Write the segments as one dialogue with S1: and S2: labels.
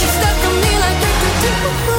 S1: You stuck on me like do, do, do, do.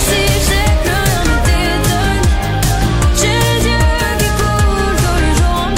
S1: si j'ai plus rien me détonne, j'ai les yeux qui coulent dans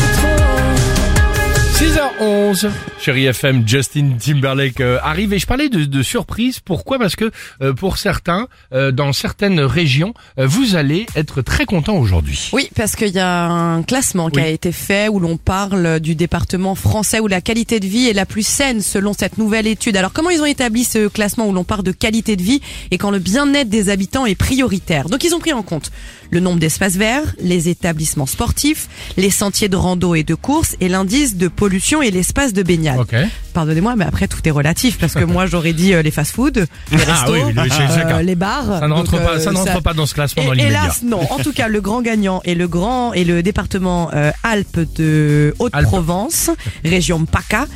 S1: le genre de trop.
S2: 6h11, chérie FM, Justin Timberlake euh, arrive et je parlais de, de surprise. Pourquoi Parce que euh, pour certains, euh, dans certaines régions, euh, vous allez être très content aujourd'hui.
S3: Oui, parce qu'il y a un classement qui
S2: Oui.
S3: a été fait où l'on parle du département français où la qualité de vie est la plus saine selon cette nouvelle étude. Alors comment ils ont établi ce classement où l'on parle de qualité de vie et quand le bien-être des habitants est prioritaire Donc ils ont pris en compte le nombre d'espaces verts, les établissements sportifs, les sentiers de rando et de course et l'indice de pollution et l'espace de baignade.
S2: Ok.
S3: Pardonnez-moi, mais après tout est relatif parce que moi j'aurais dit euh, les fast-food, les
S2: Ah
S3: restos, euh,
S2: oui, oui, oui, chez chacun.
S3: les bars.
S2: Ça ne rentre
S3: Donc,
S2: pas,
S3: euh,
S2: ça ne rentre pas dans ce classement dans
S3: et-
S2: l'immédiat.
S3: hélas, non. En tout cas, le grand gagnant est le grand et le département euh, Alpes de Haute-Provence, région PACA.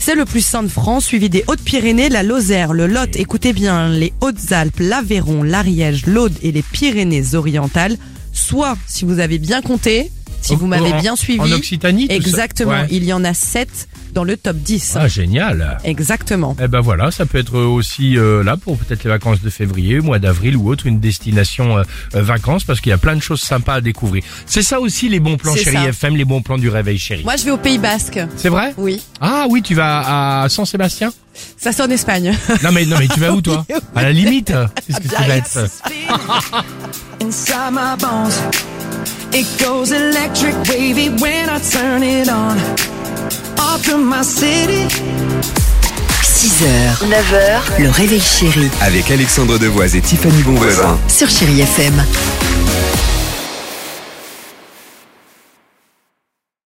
S3: C'est le plus sain de France, suivi des Hautes-Pyrénées, la Lozère, le Lot, écoutez bien, les Hautes-Alpes, l'Aveyron, l'Ariège, l'Aude et les Pyrénées-Orientales. Soit, si vous avez bien compté, si vous m'avez
S2: En-
S3: bien suivi,
S2: En Occitanie, tout ça.
S3: exactement,
S2: Ouais.
S3: il y en a 7 dans le top 10.
S2: Ah génial.
S3: Exactement.
S2: Eh ben voilà, ça peut être aussi euh, là pour peut-être les vacances de février, mois d'avril ou autre, une destination euh, euh, vacances parce qu'il y a plein de choses sympas à découvrir. C'est ça aussi les bons plans
S3: C'est
S2: chérie
S3: ça.
S2: FM, les bons plans du réveil chérie.
S3: Moi, je vais au Pays Basque.
S2: C'est vrai
S3: Oui.
S2: Ah oui, tu vas à San Sébastien
S3: Ça, c'est en Espagne.
S2: Non mais non mais tu vas où toi À la limite. Qu'est-ce que tu vas être
S4: inside my bones. It goes electric wavy when I turn it on. Off from my city.
S5: 6h, 9h, le réveil chéri
S6: Avec Alexandre Devoise et Tiffany Bonvoisin.
S5: sur Chérie FM.